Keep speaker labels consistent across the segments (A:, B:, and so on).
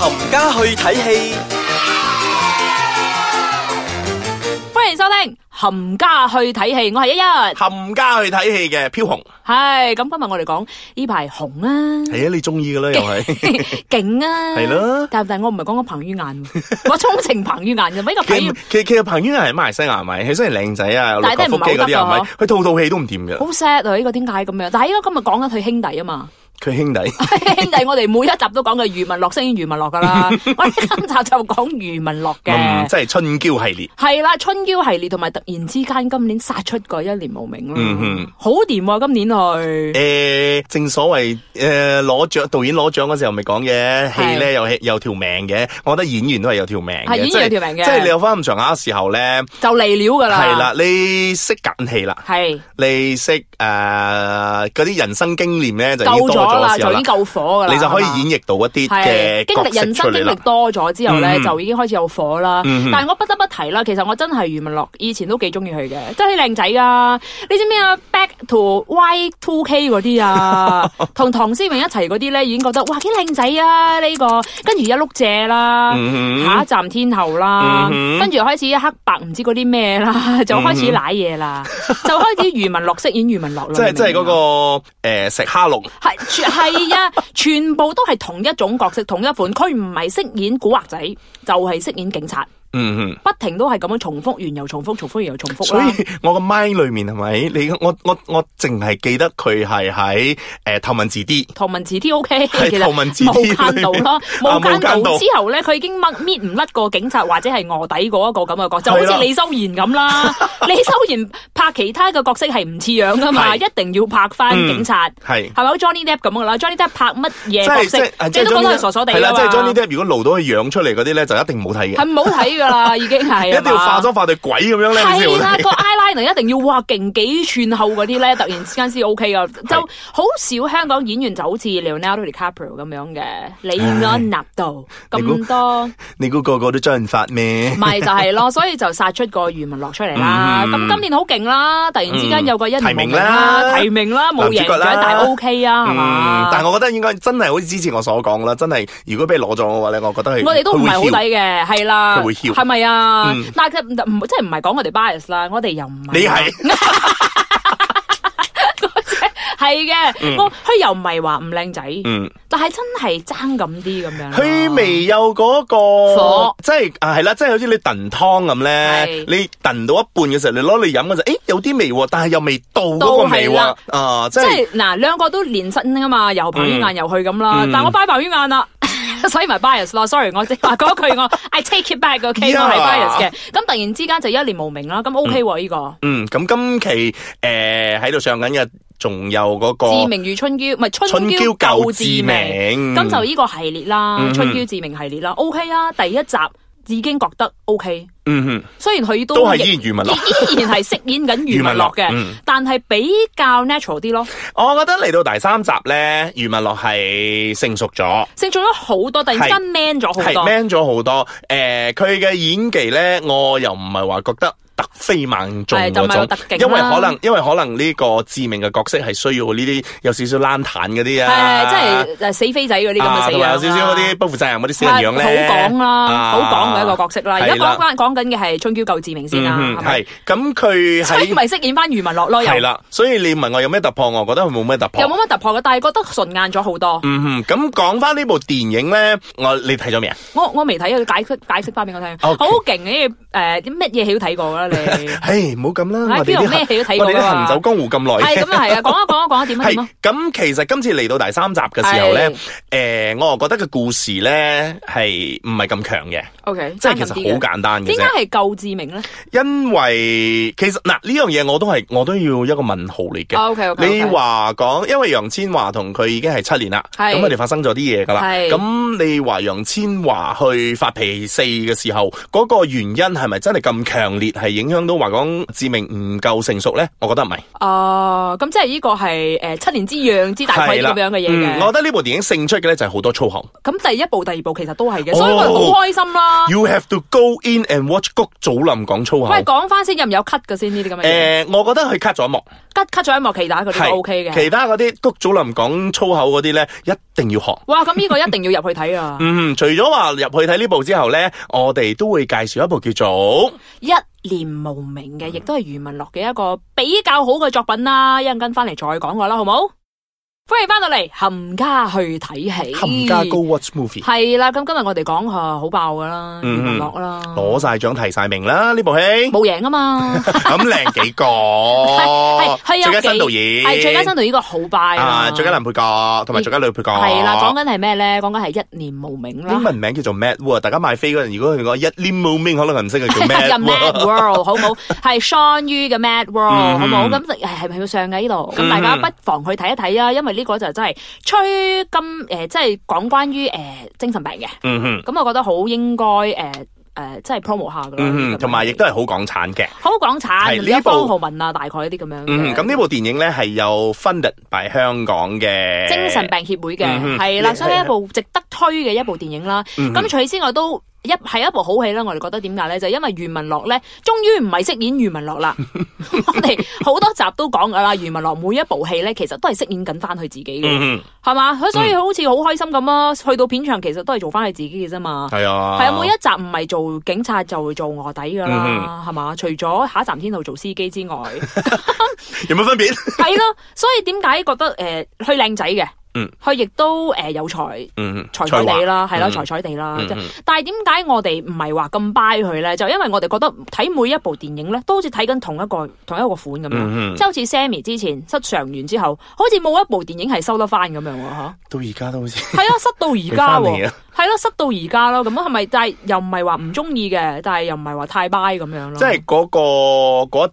A: 冚家去睇戲，
B: 欢迎收听《冚家去睇戲》，我係一一，
C: 冚家去睇戲嘅飄紅，
B: 係咁今日我哋講呢排紅啦、
C: 係啊，你中意嘅啦，又 係
B: 勁啊，
C: 係咯
B: 但但我唔係講緊彭于晏喎，我鍾情彭于晏嘅，呢個 彭于
C: 其其其實彭于晏係馬來西亞係咪？佢雖然靚仔啊，
B: 但
C: 六角
B: 係都係唔
C: 腹肌
B: 係
C: 嗰啲係
B: 好
C: 咪
B: 得㗎？
C: 佢套套戲都唔掂
B: 好
C: 嘅，
B: sad 啊！呢個點解咁樣？但係依家今日講緊佢兄弟啊嘛，
C: 佢兄弟
B: 兄弟我哋每一集都講嘅余文樂飾演余文 樂噶啦，我哋今集就講余文樂
C: 嗯，
B: 嘅。
C: 真係春嬌系列。
B: 係啦，春嬌系列同埋突然之間今年殺出個一年無名啦，
C: 嗯哼
B: 好掂喎！今年去。
C: 诶、正所謂诶攞獎，導演攞獎嗰時候咪講嘅戲咧，有戲有條命嘅。我覺得演員都係有條命
B: 係
C: 嘅，
B: 演員
C: 即係
B: 有條命嘅
C: 即係你有翻咁上下嘅時候咧，
B: 就嚟料噶啦，
C: 係啦，，你識揀戲啦，
B: 系
C: 你識诶嗰啲人生經驗咧就
B: 夠
C: 已經多
B: 咗
C: 咗
B: 啦，
C: 嘅時
B: 就
C: 候
B: 已
C: 啦
B: 經，夠火噶啦，
C: 你就可以
B: 係嘛
C: 演繹到一啲嘅
B: 係經
C: 角
B: 歷
C: 色
B: 人
C: 出
B: 生經
C: 嚟
B: 歷
C: 啦。
B: 多咗之後咧，
C: 嗯
B: 就已經開始有火啦。
C: 嗯
B: 但係我不得不提啦，其實我真係余文樂以前都幾中意佢嘅，真係靚仔噶。你知唔知啊？Back to Y Two K 嗰 啲啊，同唐詩詠一齊嗰啲咧，已經覺得哇幾靚仔啊呢個，跟住一碌蔗啦。
C: 嗯
B: 下一站天后
C: 嗯
B: 啦，
C: 哼嗯
B: 跟住開始黑白唔知嗰啲咩啦，就開始舐嘢啦，就開始余文樂飾演余文 樂啦。
C: 即係
B: 你明唔明
C: 即係嗰
B: 啊
C: 個诶食蝦龍，
B: 系系啊，全部都係同一種角色，同一款。佢唔係飾演古惑仔，就係飾演警察，
C: 嗯嗯。
B: 不停都係咁樣重複完又重複，重複完又重複
C: 所以
B: 啦。
C: 我個 mind 裏面係咪你我我我淨係記得佢係喺诶頭文字 D
B: 唐文字 T O K，
C: 係
B: 其
C: 唐
B: 實
C: 文字 D
B: 無間道咯，
C: 啊
B: 無
C: 無
B: 間道
C: 間道
B: 之後咧，佢已經掹搣唔甩個警察或者係卧底嗰一個咁嘅角，就好
C: 係啦
B: 似李修賢 咁啦。李修賢拍其他嘅角色係唔似樣噶嘛，
C: 係
B: 一定要拍翻警察。
C: 係。
B: 係咪好似 Johnny Depp 咁噶啦？Johnny Depp 拍乜嘢
C: 嗯即
B: 角
C: 係啊即
B: 色，
C: 係
B: 你都覺得佢傻傻地
C: 係啦，
B: 㗎
C: 即係將呢
B: 嘛？
C: 啲如果露到佢樣出嚟嗰啲咧，就一定冇睇嘅，
B: 係唔好睇噶啦，已經 係
C: 一定要化
B: 係嘛
C: 妝化對鬼咁樣咧，你先
B: 係啊
C: 好
B: 啦，
C: 睇。
B: 個 eyeliner 一定要哇勁幾寸厚嗰啲咧，突然之間先 OK 噶，就好少香港演員就好似 Leonardo DiCaprio 咁樣嘅，李安納度
C: 你估
B: 咁多，
C: 你估個個都周潤發咩？
B: 咪就係咯，所以就殺出個余文樂出嚟啦。
C: 嗯
B: 咁今年好勁啦，突然之間
C: 嗯
B: 有個一年
C: 提名
B: 無名啦，
C: 啦
B: 提名啦，冇
C: 男主
B: 贏
C: 角
B: 獎
C: 啦
B: 但係 OK 啊，係嘛
C: 嗯，？但係我覺得應該真係好似之前我所講啦，真係如果俾你攞咗嘅話咧，我覺得佢
B: 我哋都唔係好
C: 佢會
B: 抵
C: 翹
B: 嘅，係啦，
C: 佢會翹
B: 係咪啊
C: 嗯？
B: 但係佢唔唔即係唔係講我哋 bias 啦，我哋又唔係
C: 你係。
B: 係嘅，我佢又唔係話唔靚仔。
C: 嗯。
B: 但係真係爭咁啲咁樣咯。
C: 佢未有嗰、個，
B: 火
C: 即係啊係啦，即係好似你燉湯咁咧
B: 係，
C: 你燉到一半嘅時候，你攞嚟飲嗰陣，誒有啲味喎，但係又未到嗰
B: 到
C: 個
B: 係
C: 味
B: 啦
C: 喎，啊即
B: 即
C: 係
B: 係嗱，兩個都連身噶嘛，又彭于晏又去咁啦
C: 嗯。
B: 但我 buy 彭于晏啦。 所以咪 bias 咯，sorry，我即係話嗰句我 I take it back 個 K 我係 bias 嘅
C: Yeah。
B: 咁突然之間就一年無名啦，咁 OK 喎呢個。
C: 嗯咁今期誒喺度上緊嘅，仲有嗰、個
B: 志明與春嬌，唔係春
C: 春
B: 嬌
C: 嬌
B: 救
C: 救
B: 志
C: 志
B: 明，
C: 明，
B: 咁就呢個系列啦
C: 嗯，
B: 春嬌志明系列啦，OK 啊，第一集已經覺得 OK，
C: 嗯哼，
B: 雖然佢都
C: 都係
B: 亦
C: 依然余文樂。
B: 依然係飾演緊余文樂
C: 余
B: 嘅
C: 文樂嗯，
B: 但係比較 natural 啲咯。
C: 我覺得嚟到第三集咧，余文樂係成熟咗。
B: 食咗好多，突然之間 man 咗好
C: 係
B: 多。
C: man 咗好多，誒佢嘅演技咧，我又唔係話覺得突飛猛進
B: 係就唔係話
C: 嗰
B: 特
C: 種，
B: 勁啊
C: 因為
B: 啦
C: 可能因為可能呢個致命嘅角色係需要呢啲有少少冷淡嗰啲啊，
B: 係即係誒死飛仔嗰啲咁嘅
C: 啊
B: 死
C: 同埋有
B: 樣
C: 少少嗰啲不負責任嗰啲死人樣咧，
B: 好講啦，
C: 啊
B: 好講嘅一個角色啦。而家
C: 係啦
B: 講翻講緊嘅係春嬌救志明先啦，
C: 嗯
B: 係
C: 哼
B: 咪？
C: 係咁佢
B: 所以
C: 喺
B: 咪飾演翻余文樂咯，又
C: 係啦，所以你問我有咩突破，我覺得佢冇咩突
B: 又
C: 破。
B: 冇乜突破嘅，但係覺得順眼咗好多。
C: 嗯哼，咁講翻呢部電影咧，我你睇咗未啊？
B: 我我未睇啊，佢解釋解釋翻俾我聽，好
C: OK
B: 勁嘅誒啲乜嘢戲都睇過啦你。
C: 唉，唔好咁啦，
B: 唉
C: 我哋
B: 邊
C: 啲
B: 有咩戲都睇
C: 行
B: 過
C: 我哋
B: 㗎
C: 啲行
B: 嘛
C: 走江湖咁耐。
B: 係咁啊，係啊，講一講一講一點啊點
C: 係
B: 啊。
C: 咁，其實今次嚟到第三集嘅時候咧，誒、我又覺得個故事咧係唔係咁強嘅，
B: O K，
C: 即係其實好簡單嘅
B: 點解
C: 啫。
B: 係救志明咧
C: 因為其實嗱呢樣嘢我都係我都要一個問號嚟嘅。
B: ？O K O K，
C: 你話講，因為楊千嬅同佢已經係七年啦，
B: 係
C: 咁佢哋發生咗啲嘢㗎啦。
B: 係
C: 咁你話楊千嬅去發脾氣嘅時候，嗰、個原因係係咪真係咁強烈係影響到話講致命唔夠成熟咧？我覺得唔係。
B: 哦，咁即係呢個係诶七年之痒之大規
C: 係啦
B: 咁樣嘅嘢
C: 嗯我覺
B: 嘅。
C: 得呢部電影勝出嘅咧就係好多粗口。
B: 咁第一部、第二部其實都係嘅，
C: 哦
B: 所以我哋好開心啦。
C: You have to go in and watch 谷祖林講粗口。
B: 喂，講翻先，有唔有 cut 嘅先呢啲咁嘅嘢
C: 诶、我覺得佢 cut 咗一幕，
B: ？cut cut 咗一幕其他嗰啲
C: 係
B: 都 OK 嘅。
C: 其他嗰啲谷祖林講粗口嗰啲咧，一定要學。
B: 哇，咁呢個一定要入去睇啊！
C: 嗯，除咗話入去睇呢部之後咧，我哋都會介紹一部叫做
B: 一年無名嘅，亦都係余文樂嘅一個比較好嘅作品啦。一陣間翻嚟再講過啦，好冇？歡迎翻到嚟，冚家去睇戲，
C: 《冚家 Go Watch Movie》。
B: 係啦。咁今日我哋講下好爆噶啦，余
C: 嗯
B: 文樂啦，
C: 攞晒獎提晒名啦！呢部戲
B: 冇贏啊嘛，
C: 咁靚幾個，
B: 係係有
C: 最佳新導演，
B: 係最佳新導演個好敗
C: 啊，最佳男配角同埋最佳女配角，
B: 係啦，講緊係咩咧？講緊係一年無名啦
C: 英。文名叫做 Mad World，大家買飛嗰陣，如果佢講一念無名，可能唔識佢 叫
B: 嘅
C: Mad World。
B: Mad World 好冇，係 Sean Yu 嘅 Mad
C: 嗯
B: World 好冇，
C: 嗯
B: 咁係係咪要上嘅呢度？
C: 嗯
B: 咁大家不妨去睇一睇啊，因為呢個就真係吹金诶，即係講關於诶精神病嘅，
C: 嗯哼，
B: 咁我覺得好應該诶诶，即係 promo 下噶啦。
C: 嗯哼，
B: 呢啲咁樣
C: 同埋亦都係好港產嘅。
B: 好港產，
C: 係呢
B: 有
C: 部
B: 方浩文啊，大概呢啲咁樣嘅。
C: 嗯，咁呢部電影咧係有 funded by 香港嘅
B: 精神病協會嘅
C: 嗯哼
B: 係啦，
C: 係
B: 所以係一部值得推嘅一部電影啦。
C: 嗯
B: 咁除此之外都一係一部好戲啦，我哋覺得點解咧？就因為余文樂咧，終於唔係飾演余文 樂啦。我哋好多集都講噶啦，余文樂每一部戲咧，其實都係飾演緊翻佢自己嘅，
C: 嗯
B: 係嘛、佢所以好似好開心咁啊！去到片場其實都係做翻佢自己嘅啫嘛。
C: 哼，係啊，
B: 係啊，每一集唔係做警察就會做卧底噶
C: 嗯
B: 啦，係嘛、除咗下一站天后做司機之外，
C: 有冇分別？
B: 係咯，所以點解覺得诶佢靚仔嘅，
C: 嗯
B: 佢亦都诶有才。
C: 嗯，
B: 才才地啦，係啦，
C: 嗯
B: 才才地啦。
C: 嗯
B: 即
C: 嗯
B: 但係點解我哋唔係話咁 buy 佢咧？就因為我哋覺得睇每一部電影咧，都好似睇緊同一個同一個款咁樣。
C: 嗯
B: 即係好似 Sammy 之前失常完之後，好似冇一部電影係收得翻咁樣喎 嚇。
C: 到而家都好似
B: 係啊，失到而家
C: 未返嚟
B: 喎
C: 啊。
B: 係咯，失到而家咯。咁啊，係咪？但係又唔係話唔中意嘅，但係又唔係話太 buy 咁樣咯。
C: 即係嗰、個嗰一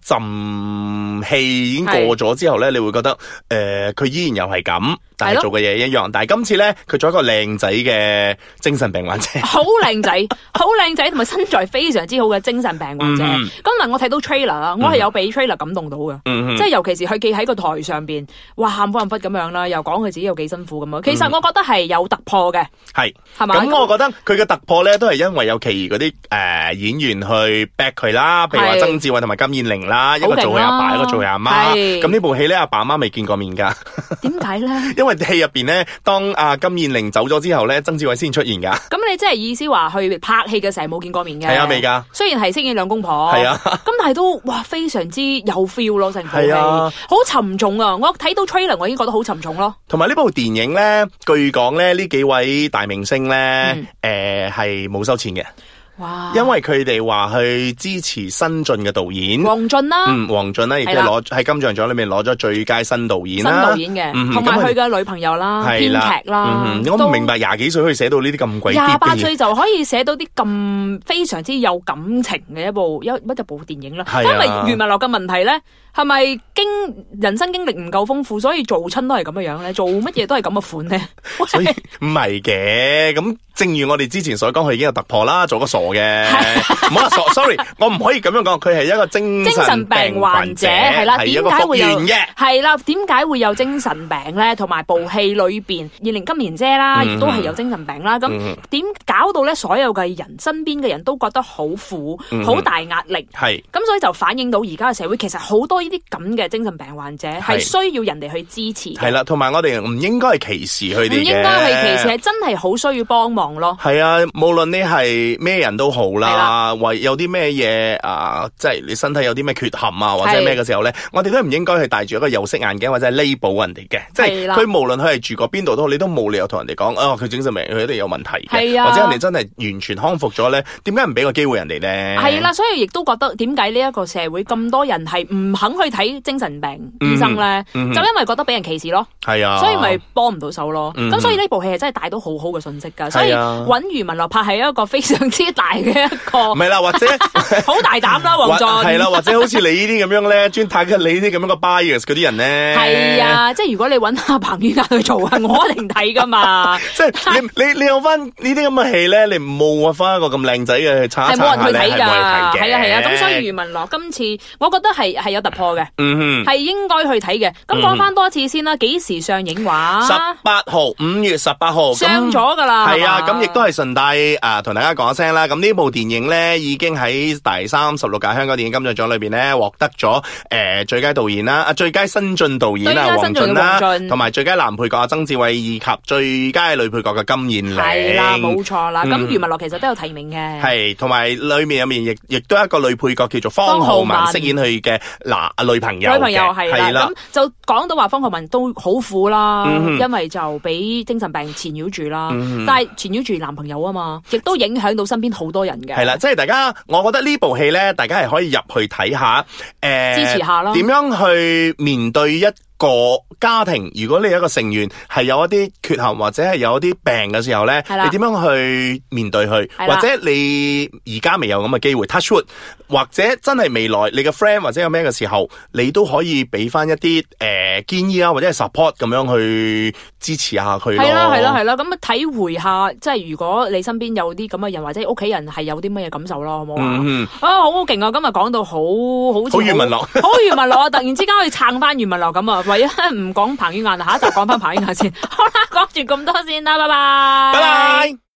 C: 陣戲已經過咗之後咧，你會覺得诶，誒佢、依然又係咁，但係
B: 係咯
C: 做嘅嘢一樣。但係今次咧，佢做一個靚仔嘅精神病患 者。
B: 好靚仔，好靚仔，同埋身材非常之好嘅精神病患者。
C: 嗯
B: 咁嗱，我睇到 trailer 啊，我係有俾 trailer 感動到嘅。
C: 嗯
B: 即係尤其是佢企喺個台上邊，哇喊苦喊忽咁樣啦，又講佢自己有幾辛苦咁樣。其實我覺得係有突破嘅，
C: 嗯係
B: 係嘛？
C: 咁，我覺得佢嘅突破咧，都係因為有其餘嗰啲诶演員去 back 佢啦，譬如話
B: 係
C: 曾志偉同埋金燕玲啦，一個做佢阿爸，
B: 好勁啦啊
C: 一個做佢阿媽。
B: 係
C: 咁呢部戲咧，阿爸阿媽未見過面㗎，
B: 點解咧？
C: 因為戲入边咧，當阿金燕玲走咗之後咧，曾志偉先出現㗎。
B: 咁你即係意思話去拍戲嘅時候冇見過面嘅？
C: 係啊未㗎。
B: 雖然係飾演兩公婆，
C: 係啊
B: 咁但係都哇非常之有 feel 咯，成部戲
C: 係啊
B: 好沉重啊！我睇到 trailer 我已經覺得好沉重咯。
C: 同埋呢部電影咧，據講咧呢幾位大明星咧，
B: 嗯
C: 誒係冇收錢嘅，
B: 啊哇！
C: 因為佢哋話去支持新晉嘅導演，
B: 黃俊啦、
C: 嗯，黃俊咧亦都
B: 係啦
C: 攞喺金像獎裏面攞咗最佳新導演
B: 新
C: 啦，
B: 導演嘅，
C: 嗯
B: 同埋
C: 咁
B: 佢
C: 佢
B: 嘅女朋友啦、編
C: 係啦，
B: 劇啦
C: 嗯，我
B: 啊都
C: 唔明白廿幾歲可以寫到呢啲咁鬼啲
B: 廿八
C: 嘅嘢，
B: 歲就可以寫到啲咁非常之有感情嘅一部一一部電影啦。
C: 係
B: 因為
C: 啊
B: 余文樂嘅問題咧，係咪經人生經歷唔夠豐富，所以做親都係咁嘅樣咧？做乜嘢都係咁嘅款咧？
C: 所以唔係嘅。咁正如我哋之前所講，佢已經有突破啦，做個傻 嘅，唔好話傻，sorry，我唔可以咁樣講，佢係一個精
B: 精神
C: 神
B: 病
C: 病
B: 患
C: 患
B: 者
C: 者，
B: 係啦，
C: 係一
B: 點
C: 個
B: 解
C: 復
B: 會有
C: 原嘅。
B: 係啦？點解會有精神病咧？同埋部戲裏邊，二零今年姐啦，亦都係有精神病啦。咁
C: 嗯
B: 點搞到咧？所有嘅人身邊嘅人都覺得好苦，好大壓力。
C: 係
B: 咁所以就反映到而家嘅社會，其實好多呢啲咁嘅精神病患者
C: 係
B: 係需要人哋去支持
C: 係
B: 嘅，
C: 啦，同埋我哋唔應該係歧視佢哋
B: 唔
C: 嘅。
B: 應該係歧視，係真係好需要幫忙咯。
C: 係啊，無論你係咩人都好
B: 係
C: 啦，或有啲咩嘢啊，即係你身體有啲咩缺陷啊，或者咩嘅時候咧，我哋都唔應該係戴住一個有色眼鏡或者係 label 人哋嘅，即
B: 係
C: 係
B: 嗯啦
C: 佢無論佢係住過邊度都好，你都冇理由同人哋講啊，佢精神病，佢一定有問題
B: 係
C: 嘅，
B: 啊
C: 或者人哋真係完全康復咗咧，點解唔俾個機會人哋咧？
B: 係啦，所以亦都覺得點解呢一個社會咁多人係唔肯肯去睇精神病
C: 嗯
B: 醫生咧，
C: 嗯
B: 就因為覺得俾人歧視咯，
C: 係啊，
B: 所以咪幫唔到手咯。
C: 嗯
B: 咁所以呢部戲係真係帶到好好嘅信息㗎，所以
C: 係啊
B: 揾余文樂拍係一個非常之大嘅一個
C: 唔，係啦， 或者
B: 好大膽啦，
C: 或
B: 黃
C: 係啦，
B: 俊。
C: 或者好似你呢啲咁樣咧，專睇緊你呢啲咁樣嘅 bias 嗰啲人咧，
B: 係。啊，即係如果你揾阿彭于晏去做啊，我一定睇㗎嘛。
C: 即係 你你你有翻呢啲咁嘅戲咧，你冇翻一個咁靚仔嘅去查一
B: 係
C: 查
B: 冇
C: 下
B: 人去
C: 咧，
B: 睇㗎，
C: 係冇人睇嘅
B: 係啊係啊，咁所以余文樂今次我覺得係係有突破嘅，
C: 嗯哼，
B: 係啊應該去睇嘅。咁講翻多次先啦，幾時上映話？
C: 十八號五月十八號
B: 上咗㗎啦，
C: 系啊，
B: 係嘛
C: 咁亦都係順帶啊同大家講一聲啦。咁呢部電影咧已經喺第三十六屆香港電影金像獎裏边咧獲得咗诶、呃最佳導演啦、啊最佳新晉導演啦、
B: 最佳
C: 黃
B: 新晉
C: 俊啦
B: 嘅黃，俊
C: 同埋最佳男配角啊曾志偉，以及最佳女配角嘅金燕
B: 係啦，
C: 玲
B: 冇。錯啦。咁
C: 嗯
B: 余文樂其實都有提名嘅，
C: 係，同埋裏面入面亦亦都有一個女配角叫做方
B: 方
C: 浩
B: 浩
C: 文
B: 文
C: 飾演佢嘅嗱女朋友嘅，
B: 女朋友係
C: 係
B: 啦，咁就講到話方浩文都好苦啦，
C: 嗯哼
B: 因為就俾精神病纏繞住啦，
C: 嗯
B: 但係纏繞住男朋友啊嘛，亦都影響到身邊好多人嘅。
C: 系啦，即係大家，我覺得呢部戲咧，大家係可以入去睇下，诶、
B: 支持下咯
C: 點樣去面對一個家庭？如果你有一個成員係有一啲缺陷或者係有一啲病嘅時候咧，
B: 係啦
C: 你點樣去面對佢？
B: 係
C: 或
B: 啦
C: 者你而家未有咁嘅機會 touch wood，或者真係未來你嘅 friend 或者有咩嘅時候，你都可以俾翻一啲诶、呃建議啊，或者係 support 咁樣去支持下佢咯。
B: 係啦，係啦，係啦，咁啊，體會下，即係如果你身邊有啲咁嘅人，或者屋企人係有啲乜嘢感受咯，好冇啊？
C: 嗯
B: 啊，好好勁啊！今日講到好好
C: 哼，
B: 似
C: 好余文樂。
B: 好余文樂啊！突然之間可以撐翻余文樂咁啊！唯一唔講彭于晏啊，下一集講翻彭于晏先。好啦，講住咁多先啦，拜拜，
C: 拜拜。